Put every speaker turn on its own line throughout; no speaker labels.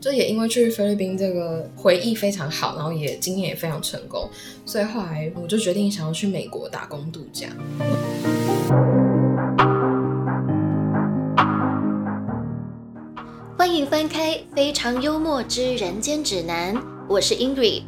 就也因为去菲律宾这个回忆非常好，然后也经验也非常成功，所以后来我就决定想要去美国打工度假。
欢迎翻开《非常幽默之人间指南》，我是 Ingrid。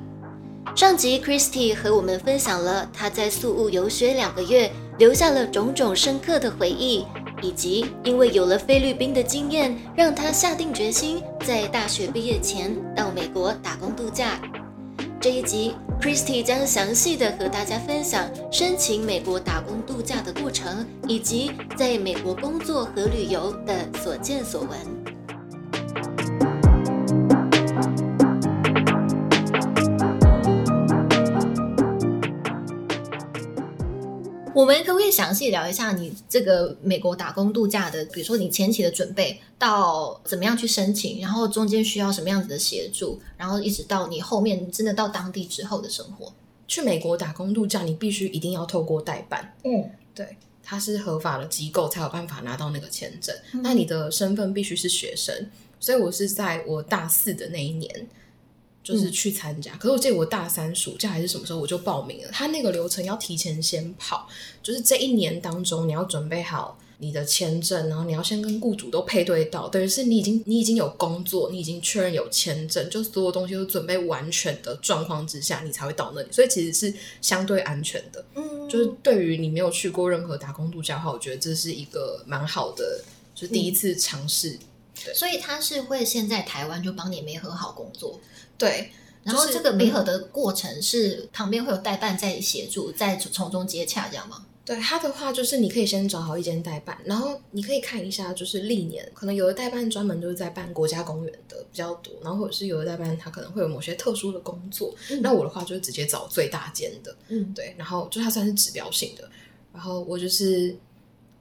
上集 Christy 和我们分享了她在宿务游学两个月留下了种种深刻的回忆，以及因为有了菲律宾的经验，让她下定决心在大学毕业前到美国打工度假。这一集，Christy 将详细的和大家分享申请美国打工度假的过程，以及在美国工作和旅游的所见所闻。我们可不可以详细聊一下你这个美国打工度假的，比如说你前期的准备到怎么样去申请，然后中间需要什么样子的协助，然后一直到你后面真的到当地之后的生活？
去美国打工度假，你必须一定要透过代办，
嗯，
对，它是合法的机构才有办法拿到那个签证。那你的身份必须是学生，所以我是在我大四的那一年。就是去参加，可是我记得我大三暑假还是什么时候我就报名了。他那个流程要提前先跑，就是这一年当中你要准备好你的签证，然后你要先跟雇主都配对到，等于是你已经你已经有工作，你已经确认有签证，就所有东西都准备完全的状况之下，你才会到那里。所以其实是相对安全的，
嗯，
就是对于你没有去过任何打工度假的话，我觉得这是一个蛮好的，就是第一次尝试。
所以他是会先在台湾就帮你媒合好工作，
对，
然后
就是
这个媒合的过程是旁边会有代办在协助，在从中接洽，这样吗？
对他的话，就是你可以先找好一间代办，然后你可以看一下，就是历年可能有的代办专门就是在办国家公园的比较多，然后或者是有的代办他可能会有某些特殊的工作。那我的话就是直接找最大间的，
嗯，
对，然后就它算是指标性的。然后我就是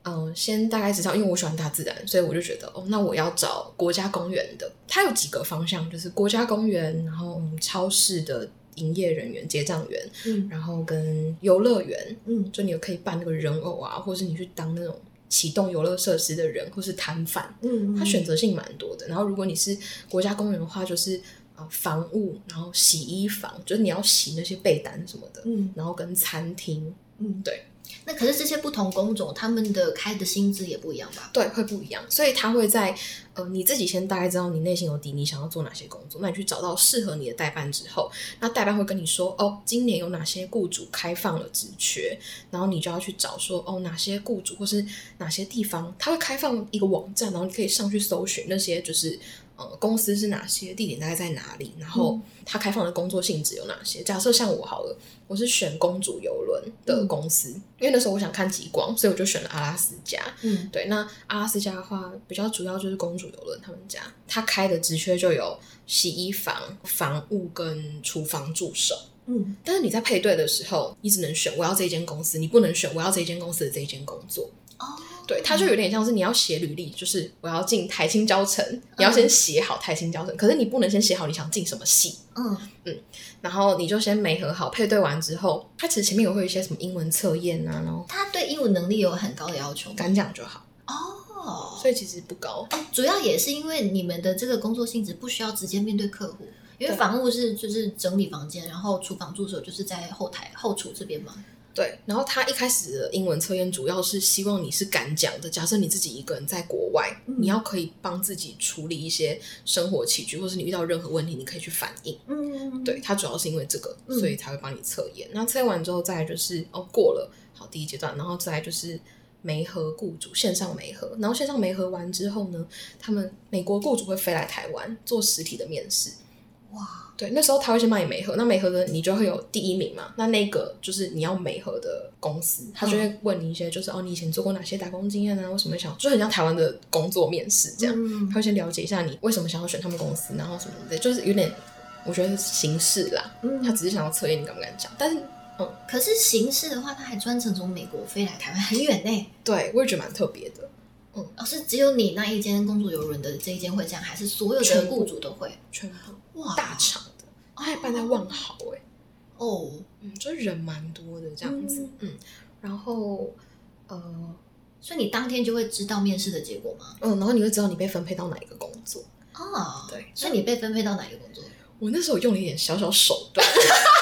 嗯，先大概知道，因为我喜欢大自然，所以我就觉得哦，那我要找国家公园的。它有几个方向，就是国家公园，然后、嗯、超市的营业人员、结账员，
嗯
然后跟游乐园，
嗯
就你有可以扮那个人偶啊，或是你去当那种启动游乐设施的人，或是摊贩，
嗯
它选择性蛮多的。然后如果你是国家公园的话，就是呃房屋，然后洗衣房，就是你要洗那些被单什么的，
嗯
然后跟餐厅，
嗯
对。
那可是这些不同工种，他们的开的薪资也不一样吧？
对，会不一样。所以他会在呃你自己先大概知道你内心有底，你想要做哪些工作，那你去找到适合你的代办之后，那代办会跟你说哦，今年有哪些雇主开放了职缺，然后你就要去找说哦哪些雇主或是哪些地方，他会开放一个网站，然后你可以上去搜寻那些就是。呃，公司是哪些地点，大概在哪里？然后
嗯
它开放的工作性质有哪些？假设像我好了，我是选公主游轮的
嗯
公司，因为那时候我想看极光，所以我就选了阿拉斯加。
嗯
对，那阿拉斯加的话，比较主要就是公主游轮他们家，他开的职缺就有洗衣房、房务跟厨房助手。
嗯
但是你在配对的时候，你只能选我要这一间公司，你不能选我要这一间公司的这一间工作。
哦，
对，它就有点像是你要写履历，就是我要进台青教程，你要先写好台青教程，可是你不能先写好你想进什么系，
嗯
然后你就先没合好，配对完之后，它其实前面有会有一些什么英文测验啊，然后
他对英文能力有很高的要求吗
敢讲就好，
哦，
所以其实不高。
主要也是因为你们的这个工作性质不需要直接面对客户，因为
对
房务是就是整理房间，然后厨房助手就是在后台后厨这边嘛。
对，然后他一开始的英文测验主要是希望你是敢讲的。假设你自己一个人在国外，
嗯
你要可以帮自己处理一些生活起居，或是你遇到任何问题，你可以去反应。
嗯，
对，，他主要是因为这个，
嗯
所以才会帮你测验。那测验完之后，再来就是哦过了，好第一阶段，然后再来就是媒合雇主线上媒合，然后线上媒合完之后呢，他们美国雇主会飞来台湾做实体的面试。
哇，
对，那时候他会先帮你媒合，那媒合的你就会有第一名嘛。那那个就是你要媒合的公司，他
嗯
就会问你一些，就是、哦，你以前做过哪些打工经验啊？为什么想，就很像台湾的工作面试这样。
嗯
他会先了解一下你为什么想要选他们公司，然后什么之类，就是有点我觉得是形式啦。他
嗯，
只是想要测验你敢不敢讲，但是
可是形式的话，他还专程从美国飞来台湾，很远呢。
对我也觉得蛮特别的，
哦，是只有你那一间公主游轮的这一间会这样，还是所有的
全部
雇主都会？
全部
哇，
大厂的，他还办在万豪哎、
哦，
嗯，就是人蛮多的这样子，嗯，然后呃
所以你当天就会知道面试的结果吗？
嗯，然后你会知道你被分配到哪一个工作。
哦，哦，
对
所以你被分配到哪一个工作？
我那时候用了一点小小手段，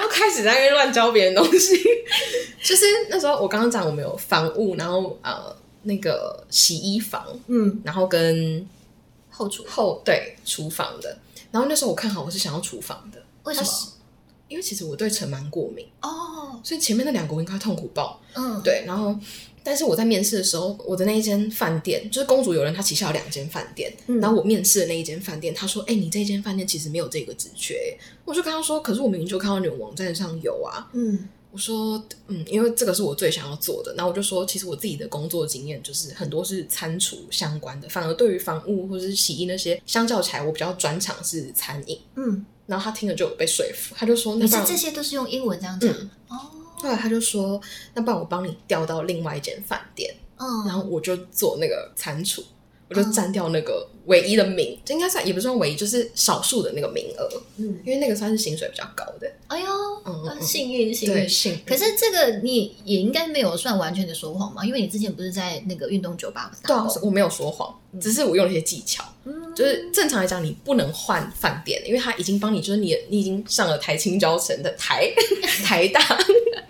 又开始在那边乱教别人东西。 就是那时候我刚刚讲，我们有房务，然后呃那个洗衣房，
嗯，
然后跟
后厨。
后对厨房的。然后那时候我看好我是想要厨房的，
为什么
它？是？因为其实我对尘螨过敏，
哦，
所以前面那两个我应该痛苦爆。
嗯，，
对，然后但是我在面试的时候，我的那一间饭店就是公主有人，她旗下有两间饭店，
嗯
然后我面试的那一间饭店，她说：“哎、你这间饭店其实没有这个职缺耶。”我就跟她说：“可是我明明就看到你们网站上有啊。
嗯”
我说：“嗯，因为这个是我最想要做的。”然后我就说：“其实我自己的工作经验就是很多是餐厨相关的，反而对于房务或者是洗衣那些，相较起来我比较专长是餐饮。”
嗯，
然后她听了就有被说服，她就说：“那
你
不
是
然
这些都是用英文这样讲？
嗯
哦，
后来她就说：“那不然我帮你调到另外一间饭店。”
嗯，
然后我就做那个餐厨，我就占掉那个唯一的名，就应该算也不算唯一，就是少数的那个名额，
嗯，
因为那个算是薪水比较高的。
哎呦，
嗯嗯
啊
嗯
幸运幸
对，嗯
运。
幸
可是这个你也应该没有算完全的说谎嘛，因为你之前不是在那个运动酒吧
对
打
啊
工，，
我没有说谎，只是我用了一些技巧。
嗯
就是正常来讲，你不能换饭店，因为他已经帮你，就是你你已经上了台青教程的台台大，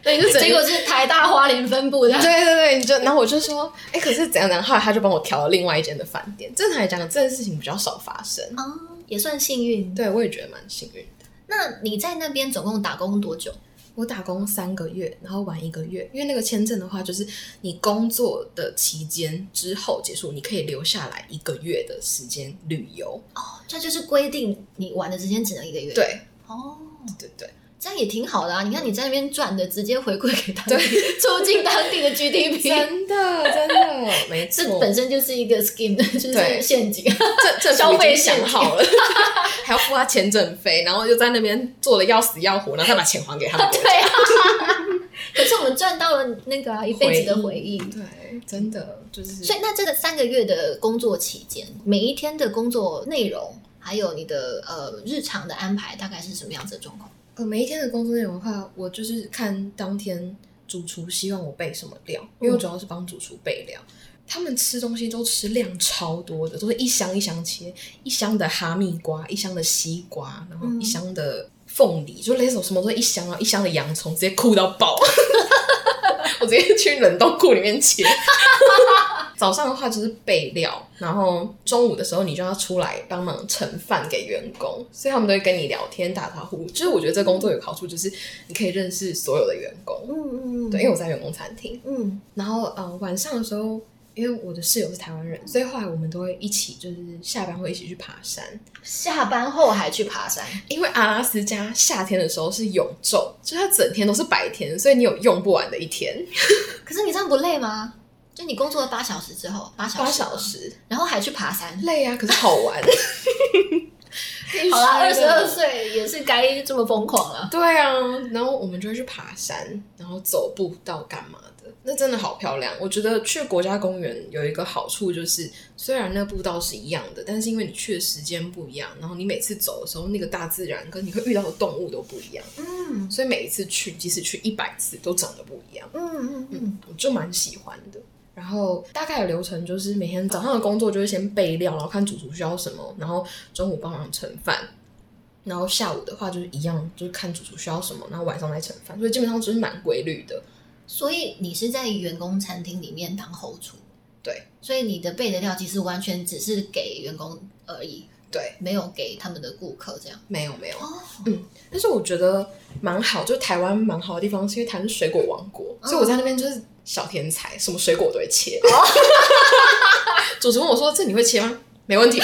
所以你就整
结果是台大花莲分部的
对，对对，你就然后我就说，哎、可是怎样怎样，后来他就帮我调了另外一间的饭店。正常来讲，这件事情比较少发生。
哦，也算幸运。
对，我也觉得蛮幸运的。
那你在那边总共打工多久？
我打工三个月，然后玩一个月，因为那个签证的话，就是你工作的期间之后结束，你可以留下来一个月的时间旅游。
哦，它就是规定你玩的时间只能一个月。，
对
哦，
对对，
这样也挺好的啊！你看你在那边赚的，直接回馈给当地，
对
促进当地的 GDP，
真的真的没
这
错，
本身就是一个 scheme，就是
对
陷阱。
这这
消费
想
陷阱。
好了， 还要付他签证费，然后就在那边做的要死要活，然后再把钱还给他 们
对啊，可是我们赚到了那个、啊、一辈子的回忆。
对，真的就是
所以，那这个三个月的工作期间，每一天的工作内容，还有你的呃日常的安排，大概是什么样子的状况？
呃，每一天的工作内容的话，我就是看当天主厨希望我备什么料，因为我主要是帮主厨备料。他们吃东西都吃量超多的，都是一箱一箱切，一箱的哈密瓜，一箱的西瓜，然后
嗯
一箱的凤梨，就那种什么都一箱啊，然后一箱的洋葱，直接哭到爆。 我直接去冷冻库里面切。早上的话就是备料，然后中午的时候你就要出来帮忙盛饭给员工，所以他们都会跟你聊天打招呼。就是我觉得这工作有个好处，就是你可以认识所有的员工。
嗯嗯
对，因为我在员工餐厅，
嗯
然后呃晚上的时候，因为我的室友是台湾人，所以后来我们都会一起，就是下班会一起去爬山。
下班后还去爬山，
因为阿拉斯加夏天的时候是永昼，就是它整天都是白天，所以你有用不完的一天，
可是你这样不累吗？就你工作了八小时之后，八小时，
八小，时。
然后还去爬山。
累啊，可是好玩。
好啦，二十二。岁也是该这么疯狂了。
对啊，然后我们就会去爬山，然后走步道干嘛的，那真的好漂亮。我觉得去国家公园有一个好处就是，虽然那步道是一样的，但是因为你去的时间不一样，然后你每次走的时候，那个大自然跟你会遇到的动物都不一样，
嗯
所以每一次去，即使去一百次，都长得不一样。
嗯嗯嗯，
我就蛮喜欢的。然后大概的流程就是每天早上的工作就是先备料，然后看主厨需要什么，然后中午帮忙盛饭，然后下午的话就是一样，就是看主厨需要什么，然后晚上再盛饭，所以基本上就是蛮规律的。
所以你是在员工餐厅里面当后厨，
对，
所以你的备的料其实完全只是给员工而已，
对，
没有给他们的顾客这样。
没有没有，
哦，
但是我觉得蛮好，就是台湾蛮好的地方是因为台湾是水果王国，所以我在那边就是小天才，什么水果我都会切。 主厨问我说：“这你会切吗？”没问题，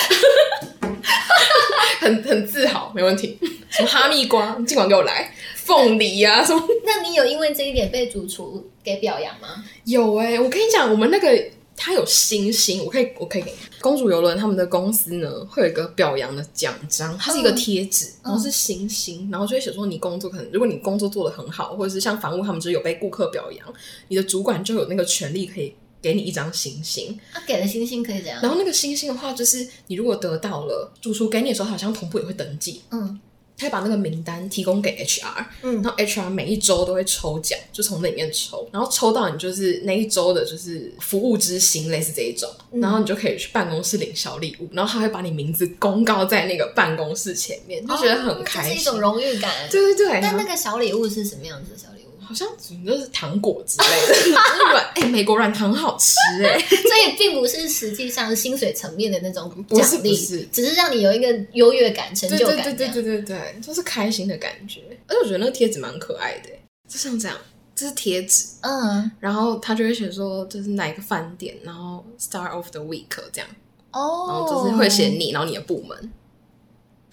很很自豪，没问题。什么哈密瓜，你尽管给我来，凤梨呀、啊、什么
那你有因为这一点被主厨给表扬吗？
有哎、我跟你讲，我们那个它有星星，我可以我可以给你看。公主游轮他们的公司呢，会有一个表扬的奖章，它是一个贴纸，然后是星星，然后就会写说你工作可能，如果你工作做得很好，或者是像房屋他们就是有被顾客表扬，你的主管就有那个权利可以。给你一张星星，
他、啊给了星星可以怎样？
然后那个星星的话，就是你如果得到了，主厨给你的时候，好像同步也会登记，
嗯，
他把那个名单提供给 HR，
嗯
然后 HR 每一周都会抽奖，就从那里面抽，然后抽到你就是那一周的就是服务之星，类似这一种，
嗯
然后你就可以去办公室领小礼物，然后他会把你名字公告在那个办公室前面，就觉得很开
哦这
心，
是一种荣誉感。
对对对，然
但
后
那个小礼物是什么样子的小礼物？
好像就是糖果之类 的，就是软哎、美国软糖好吃哎、
所以并不是实际上薪水层面的那种
不是
奖励，
不是
只是让你 有一个优越感、成
对
就
对
感
对
这
对
样
对对对，就是开心的感觉。而且我觉得那个贴纸蛮可爱的耶，哎就像这样，这是贴纸，
嗯，
然后他就会写说就是哪一个饭店，然后 Star of the Week 这样，
哦，
然后就是会写你，然后你的部门，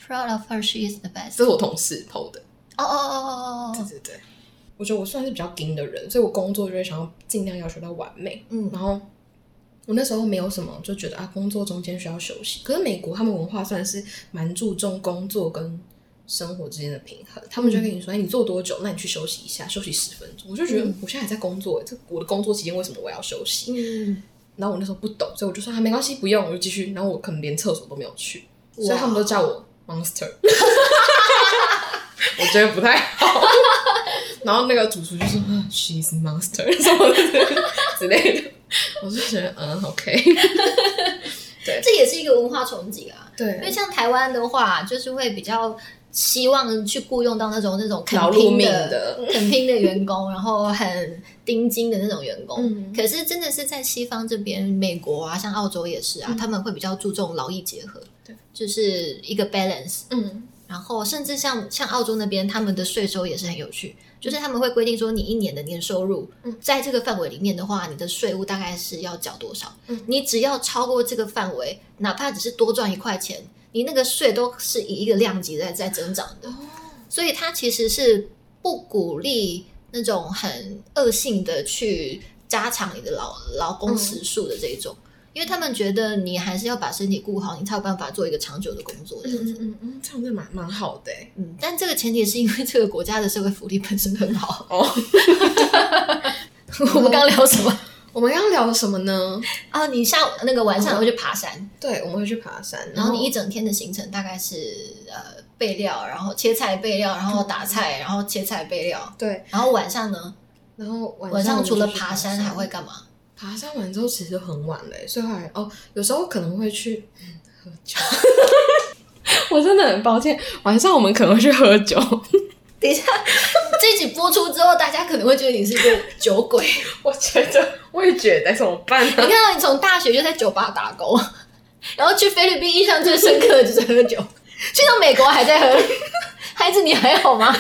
proud of her, she is the best
这是我同事 PO 的，
哦。哦哦哦哦
对
哦，
对对。我觉得我算是比较硬的人，所以我工作就会想要尽量要求到完美。
嗯
然后我那时候没有什么，就觉得啊，工作中间需要休息。可是美国他们文化算是蛮注重工作跟生活之间的平衡，他们就会跟你说，哎、你做多久？那你去休息一下，休息十分钟。我就觉得
嗯
我现在还在工作，这我的工作期间为什么我要休息？
嗯，
然后我那时候不懂，所以我就说啊，没关系，不用，我就继续。然后我可能连厕所都没有去，
哇
所以他们都叫我 monster，我觉得不太好。 然后那个主厨就说啊，she's monster 什么的之类的，我就觉得嗯，OK，
这也是一个文化冲击啊。因为
对，
像台湾的话，就是会比较希望去雇佣到那种那种
劳
肯
碌
拼
命
的、
的，
肯拼的员工，然后很钉钉的那种员工。
嗯
可是真的是在西方这边，美国啊，像澳洲也是啊，他们会比较注重劳逸结合，
对，
就是一个 balance。
嗯，
然后甚至像像澳洲那边，他们的税收也是很有趣，就是他们会规定说，你一年的年收入，
嗯
在这个范围里面的话，你的税务大概是要缴多少？
嗯
你只要超过这个范围，哪怕只是多赚一块钱，你那个税都是以一个量级在在增长
嗯
的。所以它其实是不鼓励那种很恶性的去加强你的劳劳工
嗯
时数的这一种。因为他们觉得你还是要把身体顾好，你才有办法做一个长久的工作。这样子
嗯嗯嗯，这样子蛮蛮好的欸
嗯，但这个前提是因为这个国家的社会福利本身很好。
哦。
我们刚聊什么
我们要聊什么呢？
啊？你下午那个晚上会去爬山，
对，我们会去爬山，
然后你一整天的行程大概是呃备料，然后切菜备料，然后打菜，然后切菜备料，
对，
然后晚上呢？
然后
晚
晚上
上除了
我们就去
爬山还会干嘛？
爬山完之后其实很晚嘞，所以后来哦，有时候可能会去、嗯、喝酒。 我真的很抱歉，晚上我们可能会去喝酒。
等一下， 这集播出之后，大家可能会觉得你是一个酒鬼。
我觉得，我也觉得，怎么办
你
呢、
看到你从大学就在酒吧打工， 然后去菲律宾印象最深刻的就是喝酒，去到美国还在喝。 孩子，你还好吗？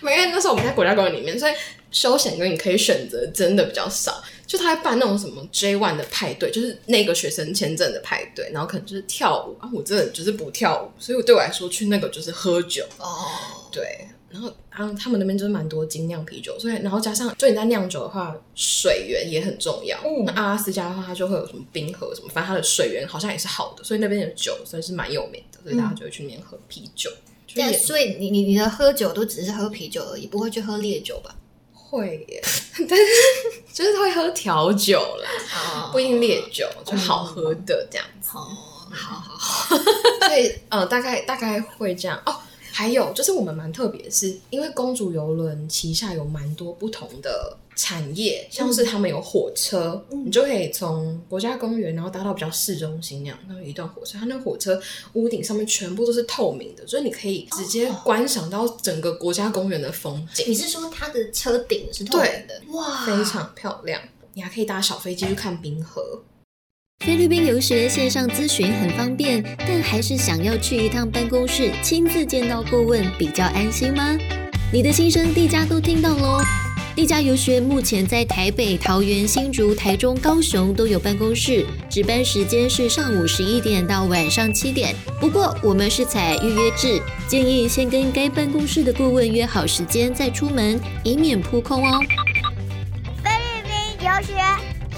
没，因为那时候我们在国家公园里面，所以休闲跟你可以选择真的比较少。就他会办那种什么 J One 的派对，就是那个学生签证的派对，然后可能就是跳舞啊，我真的就是不跳舞，所以对我来说去那个就是喝酒。
哦，
对，然后啊，他们那边就是蛮多精酿啤酒，所以然后加上就你在酿酒的话，水源也很重要。
嗯
那阿拉斯加的话，它就会有什么冰河什么，反正它的水源好像也是好的，所以那边的酒算是蛮有名的，所以大家就会去那边喝啤酒。就
对啊，
也
所以你你你的喝酒都只是喝啤酒而已，不会去喝烈酒吧？
会耶， 但是就是会喝调酒啦，嗯
哦
不一定烈酒，就好喝的这样子。
哦，好好好，
所以呃，大概大概会这样哦。还有就是我们蛮特别的是，因为公主游轮旗下有蛮多不同的产业，像是他们有火车，
嗯
你就可以从国家公园然后搭到比较市中心那样，那有一段火车，它那火车屋顶上面全部都是透明的，所以你可以直接观赏到整个国家公园的风
你
景，
是说它的车顶是透明的？哇，
非常漂亮。你还可以搭小飞机去看冰河，
菲律宾留学线上咨询很方便，但还是想要去一趟办公室亲自见到顾问比较安心吗？你的心声地家都听到喽。地家游学目前在台北、桃园、新竹、台中、高雄都有办公室，值班时间是上午十一点到晚上七点。不过我们是采预约制，建议先跟该办公室的顾问约好时间再出门，以免扑空哦。
菲律宾游学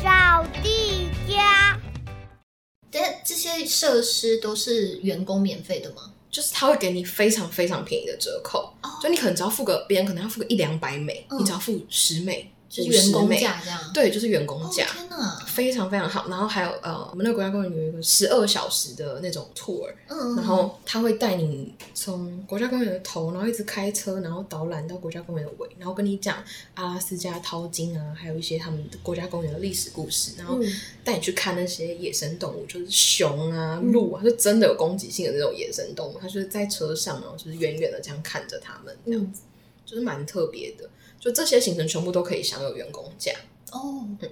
找地家。
但这些设施都是员工免费的吗？
就是他会给你非常非常便宜的折扣，
哦
就你可能只要付个别人可能要付个一两百美，
嗯
你只要付十美、
就是
五十
员工
美
价这样。
对，就是员工
哦，
价。
天哪，
非常非常好，然后还有呃，我们那个国家公园有一个十二小时的那种 tour，
嗯，
然后他会带你从国家公园的头，然后一直开车，然后导览到国家公园的尾，然后跟你讲阿拉斯加淘金啊，还有一些他们的国家公园的历史故事，然后
嗯
带你去看那些野生动物，就是熊啊、鹿啊，就真的有攻击性的那种野生动物。他就是在车上，然后就是远远的这样看着他们，这样子、就是蛮特别的。就这些行程全部都可以享有员工价，
哦，
嗯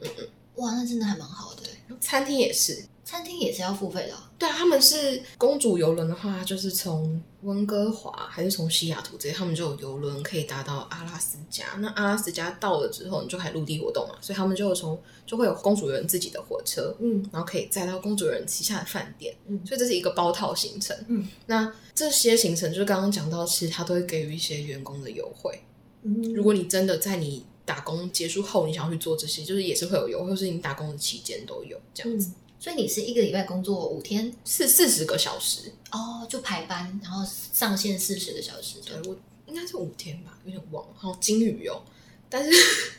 哇，那真的还蛮好的。欸
餐厅也是，
餐厅也是要付费的哦、
对啊，他们是公主游轮的话，就是从温哥华还是从西雅图这些，他们就有游轮可以达到阿拉斯加。那阿拉斯加到了之后，你就开始陆地活动嘛，所以他们就有从就会有公主游轮自己的火车，
嗯，
然后可以载到公主游轮旗下的饭店，
嗯
所以这是一个包套行程。
嗯，
那这些行程就是刚刚讲到，其实它都会给予一些员工的优惠。
嗯
如果你真的在你打工结束后，你想要去做这些，就是也是会有优惠，或是你打工的期间都有这样子，
嗯，所以你是一个礼拜工作五天
四四十个小时。
哦，就排班，然后上线四十个小时这
对
样，
我应该是五天吧，有点忘了，好像金鱼哦，但是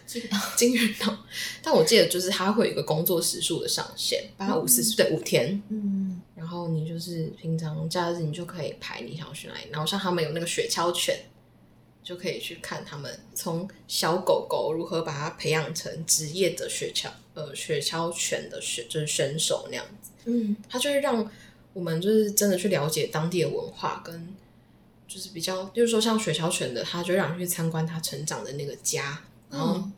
这个
金鱼哦脑，但我记得就是它会有一个工作时数的上限，八五四十对五天，
嗯
然后你就是平常假日你就可以排你想要去哪里，然后像他们有那个雪橇犬，就可以去看他们从小狗狗如何把它培养成职业的雪橇呃雪橇犬的选就是选手那样子。
嗯
它就会让我们就是真的去了解当地的文化，跟就是比较，就是说像雪橇犬的，它就会让你去参观它成长的那个家，然后
嗯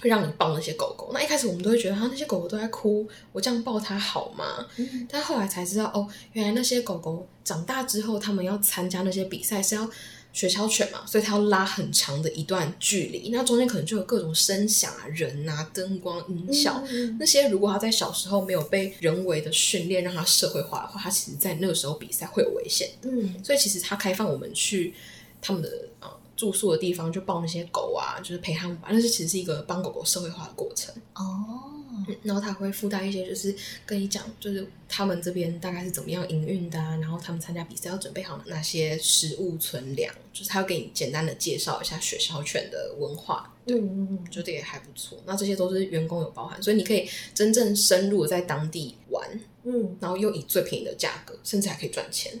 会让你抱那些狗狗。那一开始我们都会觉得，啊，那些狗狗都在哭，我这样抱它好吗？
嗯
但后来才知道，哦，原来那些狗狗长大之后，它们要参加那些比赛是要。雪橇犬嘛，所以它要拉很长的一段距离，那中间可能就有各种声响啊、人啊、灯光、音效，
嗯
那些如果他在小时候没有被人为的训练让他社会化的话，他其实在那个时候比赛会有危险。
嗯
所以其实他开放我们去他们的呃住宿的地方，就抱那些狗啊，就是陪他们玩。那是其实是一个帮狗狗社会化的过程。
哦
嗯然后他会附带一些，就是跟你讲，就是他们这边大概是怎么样营运的、啊，然后他们参加比赛要准备好哪些食物存粮，就是他要给你简单的介绍一下雪橇犬的文化
嗯嗯
觉得也还不错。那这些都是员工有包含，所以你可以真正深入地在当地玩，
嗯，
然后又以最便宜的价格，甚至还可以赚钱。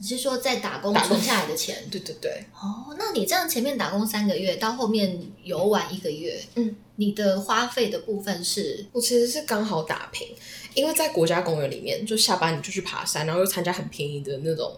你是说在打工
打工
存下来的钱？
对对对，
哦，那你这样前面打工三个月，到后面游玩一个月，
嗯，
你的花费的部分是
我其实是刚好打平，因为在国家公园里面，就下班你就去爬山，然后又参加很便宜的那种。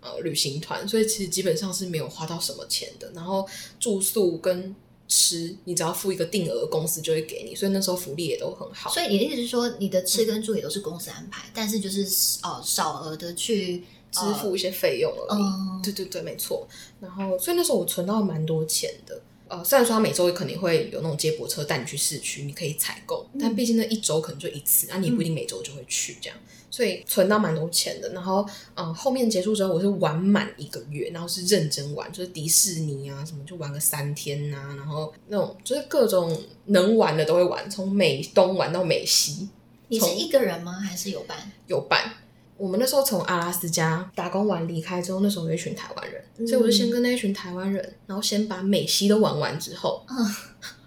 呃，旅行团，所以其实基本上是没有花到什么钱的。然后住宿跟吃，你只要付一个定额，公司就会给你，所以那时候福利也都很好。
所以你的意思是说，你的吃跟住也都是公司安排，但是就是哦少额的去
支付一些费用而已。
嗯
对对对，没错。然后，所以那时候我存到蛮多钱的。呃，虽然说他每周肯定会有那种接驳车带你去市区，你可以采购，但毕竟那一周可能就一次，那、啊你也不一定每周就会去这样，所以存到蛮多钱的。然后，嗯、后面结束之后，我是玩满一个月，然后是认真玩，就是啊迪士尼啊什么，就玩个三天呐、然后那种就是各种能玩的都会玩，从美东玩到美西，
你是
从
一个人吗？还是有伴？
有伴。我们那时候从阿拉斯加打工完离开之后，那时候有一群台湾人，
嗯
所以我就先跟那一群台湾人，然后先把美西都玩完之后，
嗯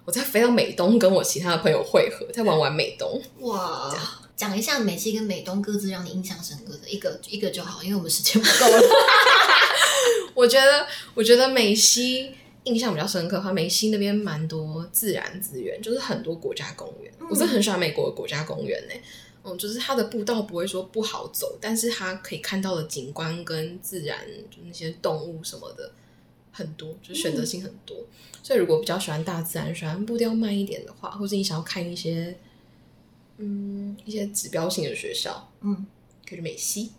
我再飞到美东跟我其他的朋友汇合，再玩完美东。
哇
这！
讲一下美西跟美东各自让你印象深刻的一个一个就好，因为我们时间不 够了。
我觉得，我觉得美西印象比较深刻的话，美西那边蛮多自然资源，就是很多国家公园。
嗯
我真的很喜欢美国的国家公园呢、嗯，就是它的步道不会说不好走，但是它可以看到的景观跟自然，就那些动物什么的很多，就选择性很多。所以如果比较喜欢大自然，喜欢步调慢一点的话，或者你想要看一些嗯一些指标性的学校，
嗯
可以去美西。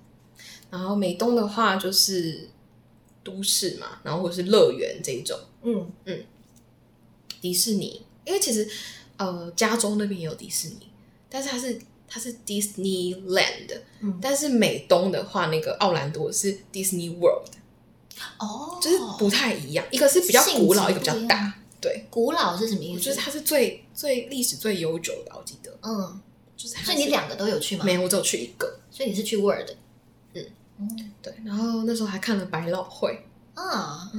然后美东的话就是都市嘛，然后或者是乐园这一种，
嗯
迪士尼，因为其实呃加州那边也有迪士尼，但是它是它是 Disneyland，
嗯，
但是美东的话，那个奥兰多是 Disney World，
哦，
就是不太一样，一个是比较古老，一个
性质
比较
不一样
大。对，
古老是什么意
我
思？
觉得它是最最历史最悠久的吧，我记得。
嗯，
就是它
所
是
以你两个都有去吗？
没，有，我只有去一个。
所以你是去 Word。
嗯
嗯
对，然后那时候还看了百老汇，
啊，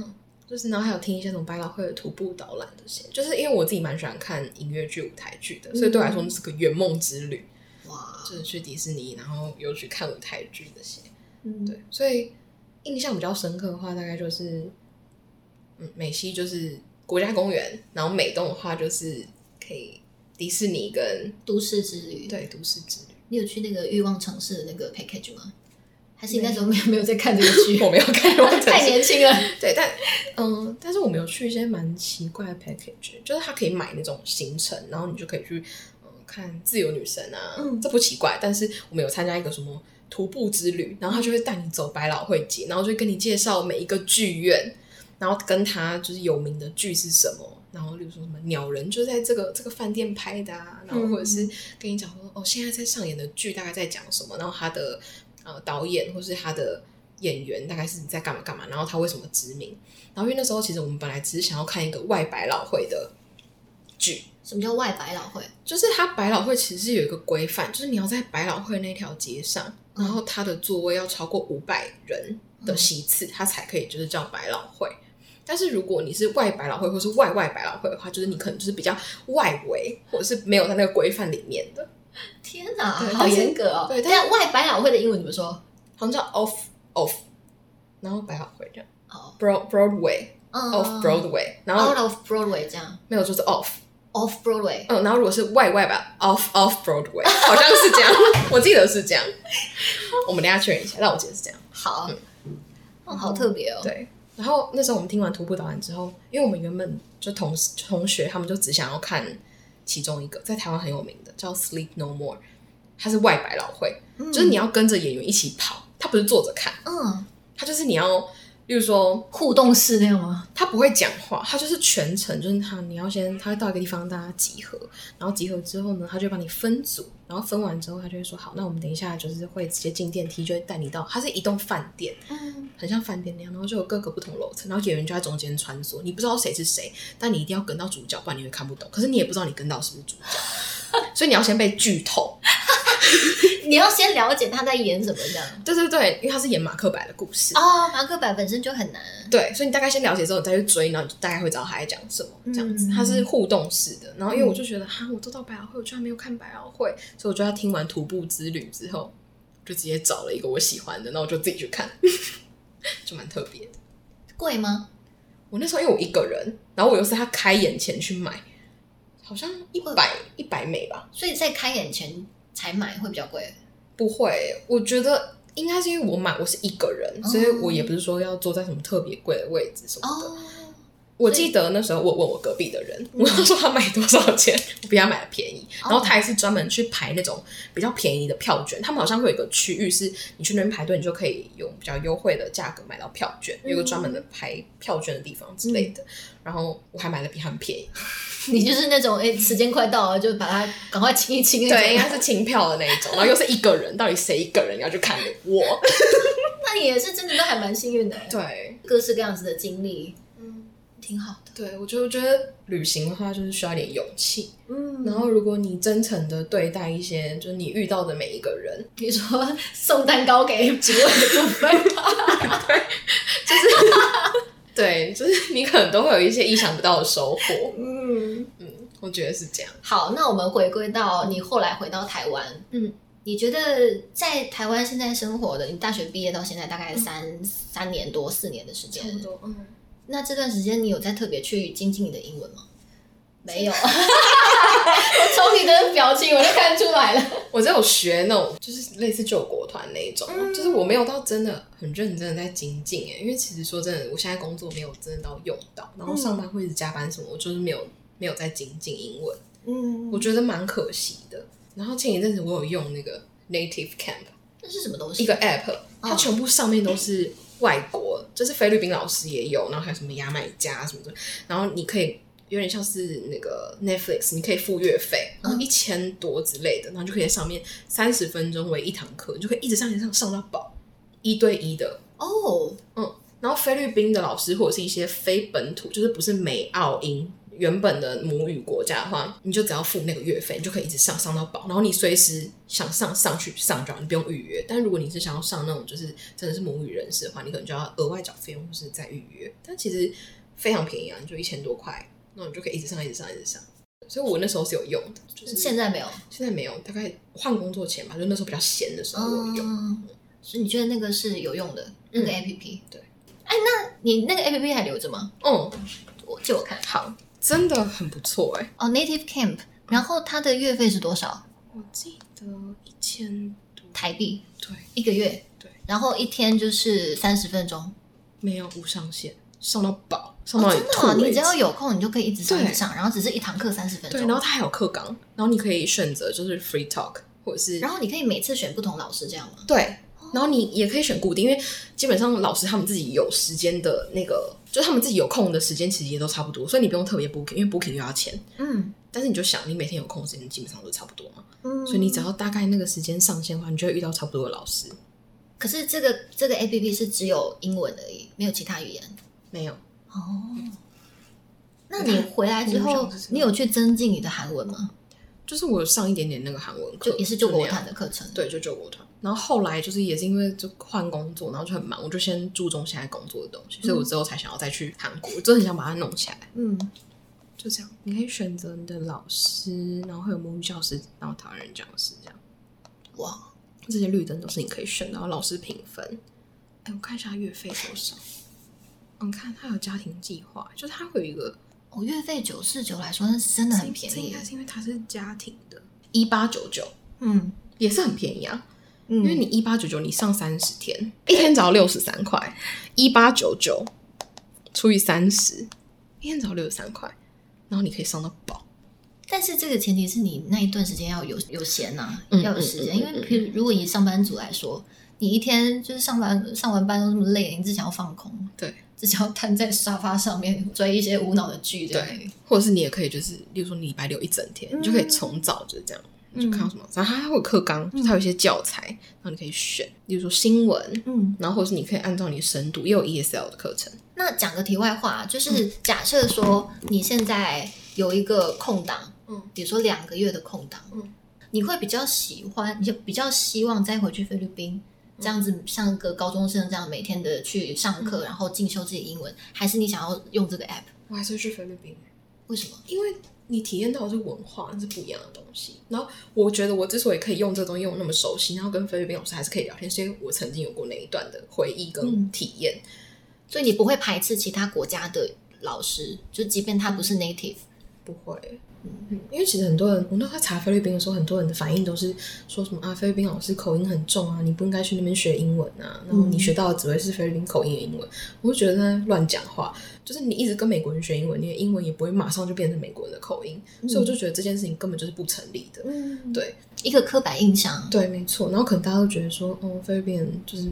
就就是然后还有听一些什么百老汇的徒步导览这些，就是因为我自己蛮喜欢看音乐剧、舞台剧的，所以对我
嗯
来说那是个圆梦之旅，
哇，
就是去迪士尼，然后又去看舞台剧这些。
嗯，
对，所以印象比较深刻的话，大概就是，嗯，美西就是国家公园，然后美东的话就是可以迪士尼跟
都市之旅。，
对都市之旅。
你有去那个欲望城市的那个 package 吗？还是你那时候没有没有在看这个剧？
我没有看过这
太
些，
年轻了。
对，但嗯、但是我们有去一些蛮奇怪的 package，就是他可以买那种行程，然后你就可以去嗯、看自由女神啊，
嗯
这不奇怪。但是我们有参加一个什么徒步之旅，然后他就会带你走百老汇街，然后就会跟你介绍每一个剧院，然后跟他就是有名的剧是什么。然后，例如说什么鸟人就是在这个这个饭店拍的啊，然后或者是跟你讲说哦，现在在上演的剧大概在讲什么，然后他的呃导演或是他的演员大概是在干嘛干嘛，然后他为什么知名，然后因为那时候其实我们本来只是想要看一个外百老汇的剧，
什么叫外百老汇？
就是它百老汇其实是有一个规范，就是你要在百老汇那条街上，
嗯
然后它的座位要超过五百人的席次，它才可以就是叫百老汇。但是如果你是外百老汇或是外外百老汇的话，就是你可能就是比较外围，或者是没有在那个规范里面的，
天哪，
对
好
但是
严格哦！
对但
但外百老汇的英文怎么说？
好像叫 off off，然后百老汇这样
哦
，broad Broadway
嗯
off Broadway，然后
out of Broadway 这样
没有就是 off，
，off Broadway
嗯，然后如果是外外吧，off off Broadway，好像是这样， 我记得是这样。我们等一下确认一下，但我记得是这样。嗯
好，哦，好特别哦。
对，然后那时候我们听完徒步导览之后，因为我们原本就同同学他们就只想要看其中一个，在台湾很有名的叫《Sleep No More》，它是外百老汇，
嗯
就是你要跟着演员一起跑，它不是坐着看，
嗯，
它就是你要，例如说
互动式那样吗？
他不会讲话，他就是全程就是他，你要先他会到一个地方，大家集合，然后集合之后呢，他就把你分组，然后分完之后，他就会说好，那我们等一下就是会直接进电梯，就会带你到，它是一栋饭店，
嗯，
很像饭店那样，然后就有各个不同楼层，然后演员就在中间穿梭，你不知道谁是谁，但你一定要跟到主角，不然你会看不懂，可是你也不知道你跟到是不是主角，所以你要先被剧透，
你要先了解他在演什么这样。
对对对，因为他是演马克白的故事，
哦，马克白本身就很难。
对，所以你大概先了解之后，你再去追，然后你就大概会知道他在讲什么这样子。
嗯
它是互动式的，然后因为我就觉得哈、我都到百老汇，我居然没有看啊百老汇，所以我就在听完徒步之旅之后，就直接找了一个我喜欢的，然后我就自己去看，就蛮特别的。
贵吗？
我那时候因为我一个人，然后我又是他开演前去买，好像一百一百美吧，
所以在开演前才买会比较贵。
不会，我觉得。应该是因为我买我是一个人，
哦
所以我也不是说要坐在什么特别贵的位置什么的。
哦，
我记得那时候我问我隔壁的人，我要说他买多少钱， 我比他买的便宜。然
哦
后他也是专门去排那种比较便宜的票券，他们好像会有一个区域是你去那边排队，你就可以用比较优惠的价格买到票券，有个专门的排票券的地方之类的。然后我还买的比他们便宜，
你就是那种哎、时间快到了，就把它赶快清一清。
对，应该是清票的那一种。然后又是一个人，到底谁一个人要去看我？
那你也是真的都还蛮幸运的，
对，
各式各样子的经历，
嗯，
挺好的。
对，我就觉得旅行的话就是需要一点勇气。
嗯
然后如果你真诚的对待一些，就是你遇到的每一个人，
比如说送蛋糕给主位的部分，
对，就是你可能都会有一些意想不到的收获。
嗯，
嗯，我觉得是这样。
好，那我们回归到你后来回到台湾，
嗯，
你觉得在台湾现在生活的，你大学毕业到现在大概三、三年嗯多四年的时间，
多，嗯，
那这段时间你有在特别去精进你的英文吗？没有，我 从你的表情我就看出来了。
我只有学那种就是类似救国团那一种，就是我没有到真的很认真的在精进欸诶，因为其实说真的，我现在工作没有真的到用到，然后上班会一直加班什么，我就是没有没有在精进英文，
嗯
我觉得蛮可惜的。然后前一阵子我有用那个 Native Camp
这是什么东西？
一个 App，它全部上面都是外国，就是菲律宾老师也有，然后还有什么牙买加什么的，然后你可以有点像是那个 Netflix，你可以付月费，然后一千多之类的，然后就可以在上面三十分钟为一堂课，你就可以一直上一直上上到饱，一对一的，
哦，
嗯，然后菲律宾的老师或者是一些非本土，就是不是美澳英原本的母语国家的话，你就只要付那个月费，你就可以一直上上到饱。然后你随时想上上去上就好，你不用预约。但如果你是想要上那种就是真的是母语人士的话，你可能就要额外缴费用或是再预约。但其实非常便宜啊，你就一千多块，那你就可以一直上，一直上，一直上。所以我那时候是有用的，就是
现在没有。
现在没有，大概换工作前吧，就那时候比较闲的时候我有用。
嗯，所以你觉得那个是有用的，那个 A P P。
对。
哎，那你那个 A P P 还留着吗？
嗯，
我借我看。
好，真的很不错哎、
哦，Native Camp，然后它的月费是多少
我记得一千多，
台币
对，
一个月？
对。
然后一天就是三十分钟。
没有无上限，上到饱，上
哦，
到
真的
吐
哦、
为
你只要
止
有空，你就可以一直上一
对
直上，然后只是一堂课三十分钟。
对，然后它还有课纲，然后你可以选择就是 free talk 或者是，
嗯然后你可以每次选不同老师这样吗？
对，然后你也可以选固定，因为基本上老师他们自己有时间的那个，就是他们自己有空的时间其实也都差不多，所以你不用特别 booking，因为 booking 又要钱。
嗯
但是你就想，你每天有空的时间基本上都差不多嘛，
嗯
所以你只要大概那个时间上线的话，你就会遇到差不多的老师。
可是这个这个 A P P 是只有英文而已，没有其他语言。
没有，
哦，那你回来之
我
后
想是，这样
你有去增进你的韩文吗？
就是我有上一点点那个韩文课，
就也是救国
那样
团的课程。，
对，就救国团。然后后来就是也是因为就换工作，然后就很忙，我就先注重现在工作的东西，所以我之后才想要再去韩国，我真的很想把它弄起来。
嗯，
就这样，你可以选择你的老师，然后会有母语教师，然后台湾人教师这样。
哇，
这些绿灯都是你可以选的，然后老师评分。哎，我看一下月费多少。嗯，看它有家庭计划，就是它会有一个
我哦月费九四九来说，那是真的很便
这应
宜
该。是因为它是家庭的，一八九九
嗯
也是很便宜啊。
嗯
因为你一八九九，你上三十天，一天只要六十三块，一八九九除以三十，一天只要六十三块，然后你可以上到饱。
但是这个前提是你那一段时间要有有闲啊呐、
嗯
要有时
嗯
间。
嗯
因为譬如如果以上班族来说，你一天就是上班上完班都那么累，你只想要放空，
对，
只想要瘫在沙发上面追一些无脑的剧这样。
对，或者是你也可以就是，例如说你礼拜六一整天，你就可以从早就是这样，你就看到什么，然后它会有课纲，就是它有一些教材，然后你可以选，例如说新闻，
嗯，
然后或者是你可以按照你的深度，也有 ESL 的课程，
那讲个题外话，就是
嗯
假设说你现在有一个空档，
嗯，
比如说两个月的空档，
嗯，
你会比较喜欢，你就比较希望再回去菲律宾。
嗯
这样子像个高中生这样每天的去上
嗯
课，然后进修自己英文，还是你想要用这个 app？
我还是会去菲律宾，
为什么？
因为你体验到的是文化，那是不一样的东西。然后我觉得我之所以可以用这东西用得那么熟悉，然后跟菲律宾老师还是可以聊天，所以我曾经有过那一段的回忆
嗯
跟体验。
所以你不会排斥其他国家的老师，就即便他不是 native，
不会，嗯，因为其实很多人，我那时候查菲律宾的时候，很多人的反应都是说什么啊，菲律宾老师口音很重啊，你不应该去那边学英文啊，然后你学到的只会是菲律宾口音的英文。我就觉得在乱讲话，就是你一直跟美国人学英文，你的英文也不会马上就变成美国人的口音，所以我就觉得这件事情根本就是不成立的。
嗯，
对，
一个刻板印象，
对，没错。然后可能大家都觉得说，哦，菲律宾人就是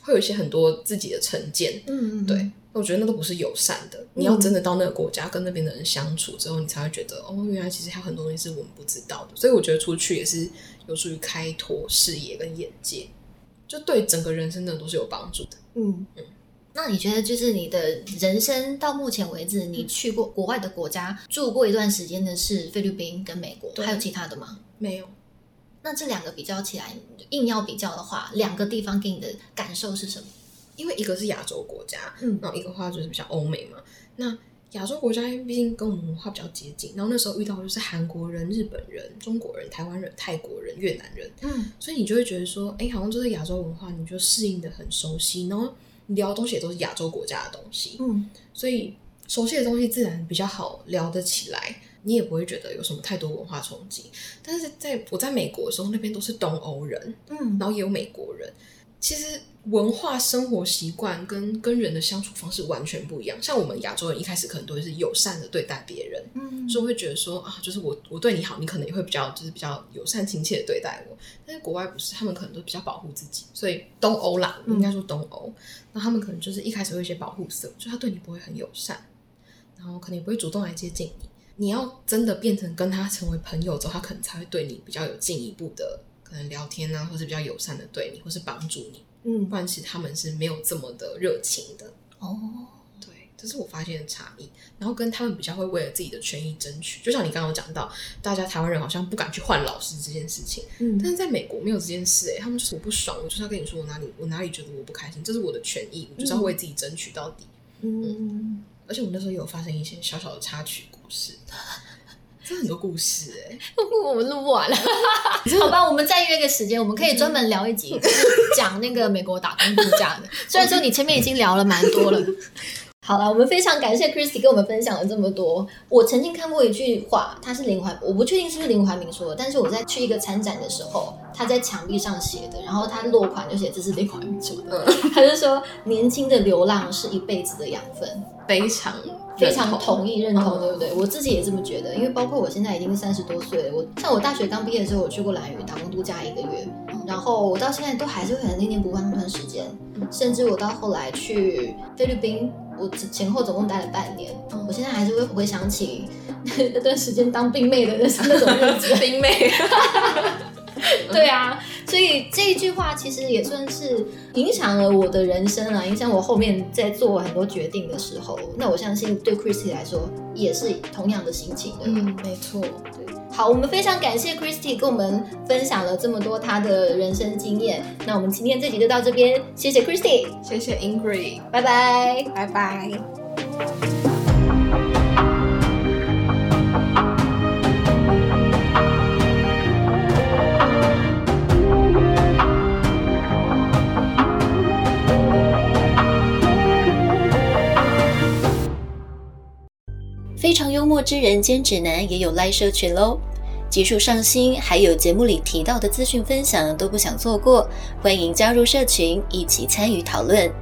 会有一些很多自己的成见，
嗯，嗯
对，我觉得那都不是友善的。你要真的到那个国家跟那边的人相处之后，你才会觉得，哦，原来其实还有很多东西是我们不知道的。所以我觉得出去也是有助于开拓视野跟眼界，就对整个人生真的都是有帮助的。
嗯嗯。那你觉得，就是你的人生到目前为止，你去过国外的国家住过一段时间的是菲律宾跟美国，
对
还有其他的吗？
没有，
那这两个比较起来，硬要比较的话，两个地方给你的感受是什么？
因为一个是亚洲国家，
嗯
然后一个话就是比较欧美嘛。那亚洲国家因为毕竟跟我们文化比较接近，然后那时候遇到的就是韩国人、日本人、中国人、台湾人、泰国人、越南人，
嗯
所以你就会觉得说，哎、好像就是亚洲文化，你就适应的很熟悉，然后你聊的东西也都是亚洲国家的东西，
嗯
所以熟悉的东西自然比较好聊得起来，你也不会觉得有什么太多文化冲击。但是在我在美国的时候，那边都是东欧人，
嗯
然后也有美国人。其实文化、生活习惯跟跟人的相处方式完全不一样。像我们亚洲人一开始可能都是友善的对待别人，
嗯
就会觉得说啊，就是我我对你好，你可能也会比较就是比较友善亲切的对待我。但是国外不是，他们可能都比较保护自己，所以东欧啦，
嗯
应该说东欧，那、他们可能就是一开始会有一些保护色，就他对你不会很友善，然后可能也不会主动来接近你。你要真的变成跟他成为朋友之后，他可能才会对你比较有进一步的可能聊天啊，或是比较友善的对你，或是帮助你。
嗯
不然其实他们是没有这么的热情的。
哦，
对，这是我发现的差异。然后跟他们比较会为了自己的权益争取，就像你刚刚讲到，大家台湾人好像不敢去换老师这件事情，但
嗯
是在美国没有这件事、欸，他们就是我不爽，我就是要跟你说我哪里我哪里觉得我不开心，这是我的权益，我就是要为自己争取到底。
嗯，
而且我们那时候有发生一些小小的插曲故事，真的很多故事哎、
我们录不完了，好吧，我们再约个嗯时间，我们可以专门聊一集， 讲那个美国打工度假 的。虽然说你前面已经聊了蛮多了。 好了，我们非常感谢 Christy 跟我们分享了这么多。我曾经看过一句话，他是林怀，我不确定是不是林怀民说的，但是我在去一个参展的时候，他在墙壁上写的，然后他落款就写这是林怀民说的，他就说年轻的流浪是一辈子的养分。
非常
非常同
意。
意认同，
嗯
对不对？我自己也这么觉得，因为包括我现在已经三十多岁了，我像我大学刚毕业的时候，我去过兰屿打工度假一个月，嗯然后我到现在都还是会很念念不忘那段时间，甚至我到后来去菲律宾，我前后总共待了半年，嗯我现在还是会回想起 那段时间当兵妹的那那种 日子，
冰妹，
对啊，所以这一句话其实也算是影响了我的人生啊，影响我后面在做很多决定的时候。那我相信对 Christy 来说也是同样的心情的。
嗯，没错，
对，好，我们非常感谢 Christy 跟我们分享了这么多她的人生经验。那我们今天这集就到这边，谢谢 Christy，
谢谢 Ingrid，
拜拜。
拜拜。
非常幽默之人间指南也有 live 社群喽。集数上新，还有节目里提到的资讯分享都不想错过，欢迎加入社群一起参与讨论。